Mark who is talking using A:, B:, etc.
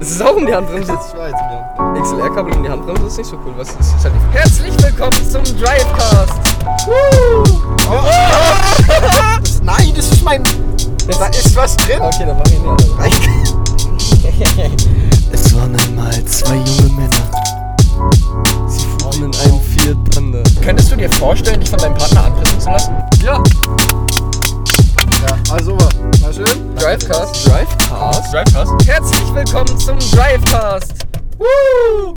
A: Es ist auch um die Handbremse.
B: Das war jetzt mir.
A: XLR-Kabel um die Handbremse ist nicht so cool. Was ist, ist halt die Herzlich willkommen zum Drivecast.
B: Oh, Das- oh. Nein, das ist mein. Da ist was drin.
A: Okay, dann mach ich nicht. Es waren einmal zwei junge Männer. Sie fuhren in einem Fiat Panda. Könntest du dir vorstellen, dich von deinem Partner anpissen zu lassen? Ja.
B: Ja, also was. War schön?
A: Drivecast. Drivecast. Drivecast. Herzlich willkommen zum Drivecast. Woo!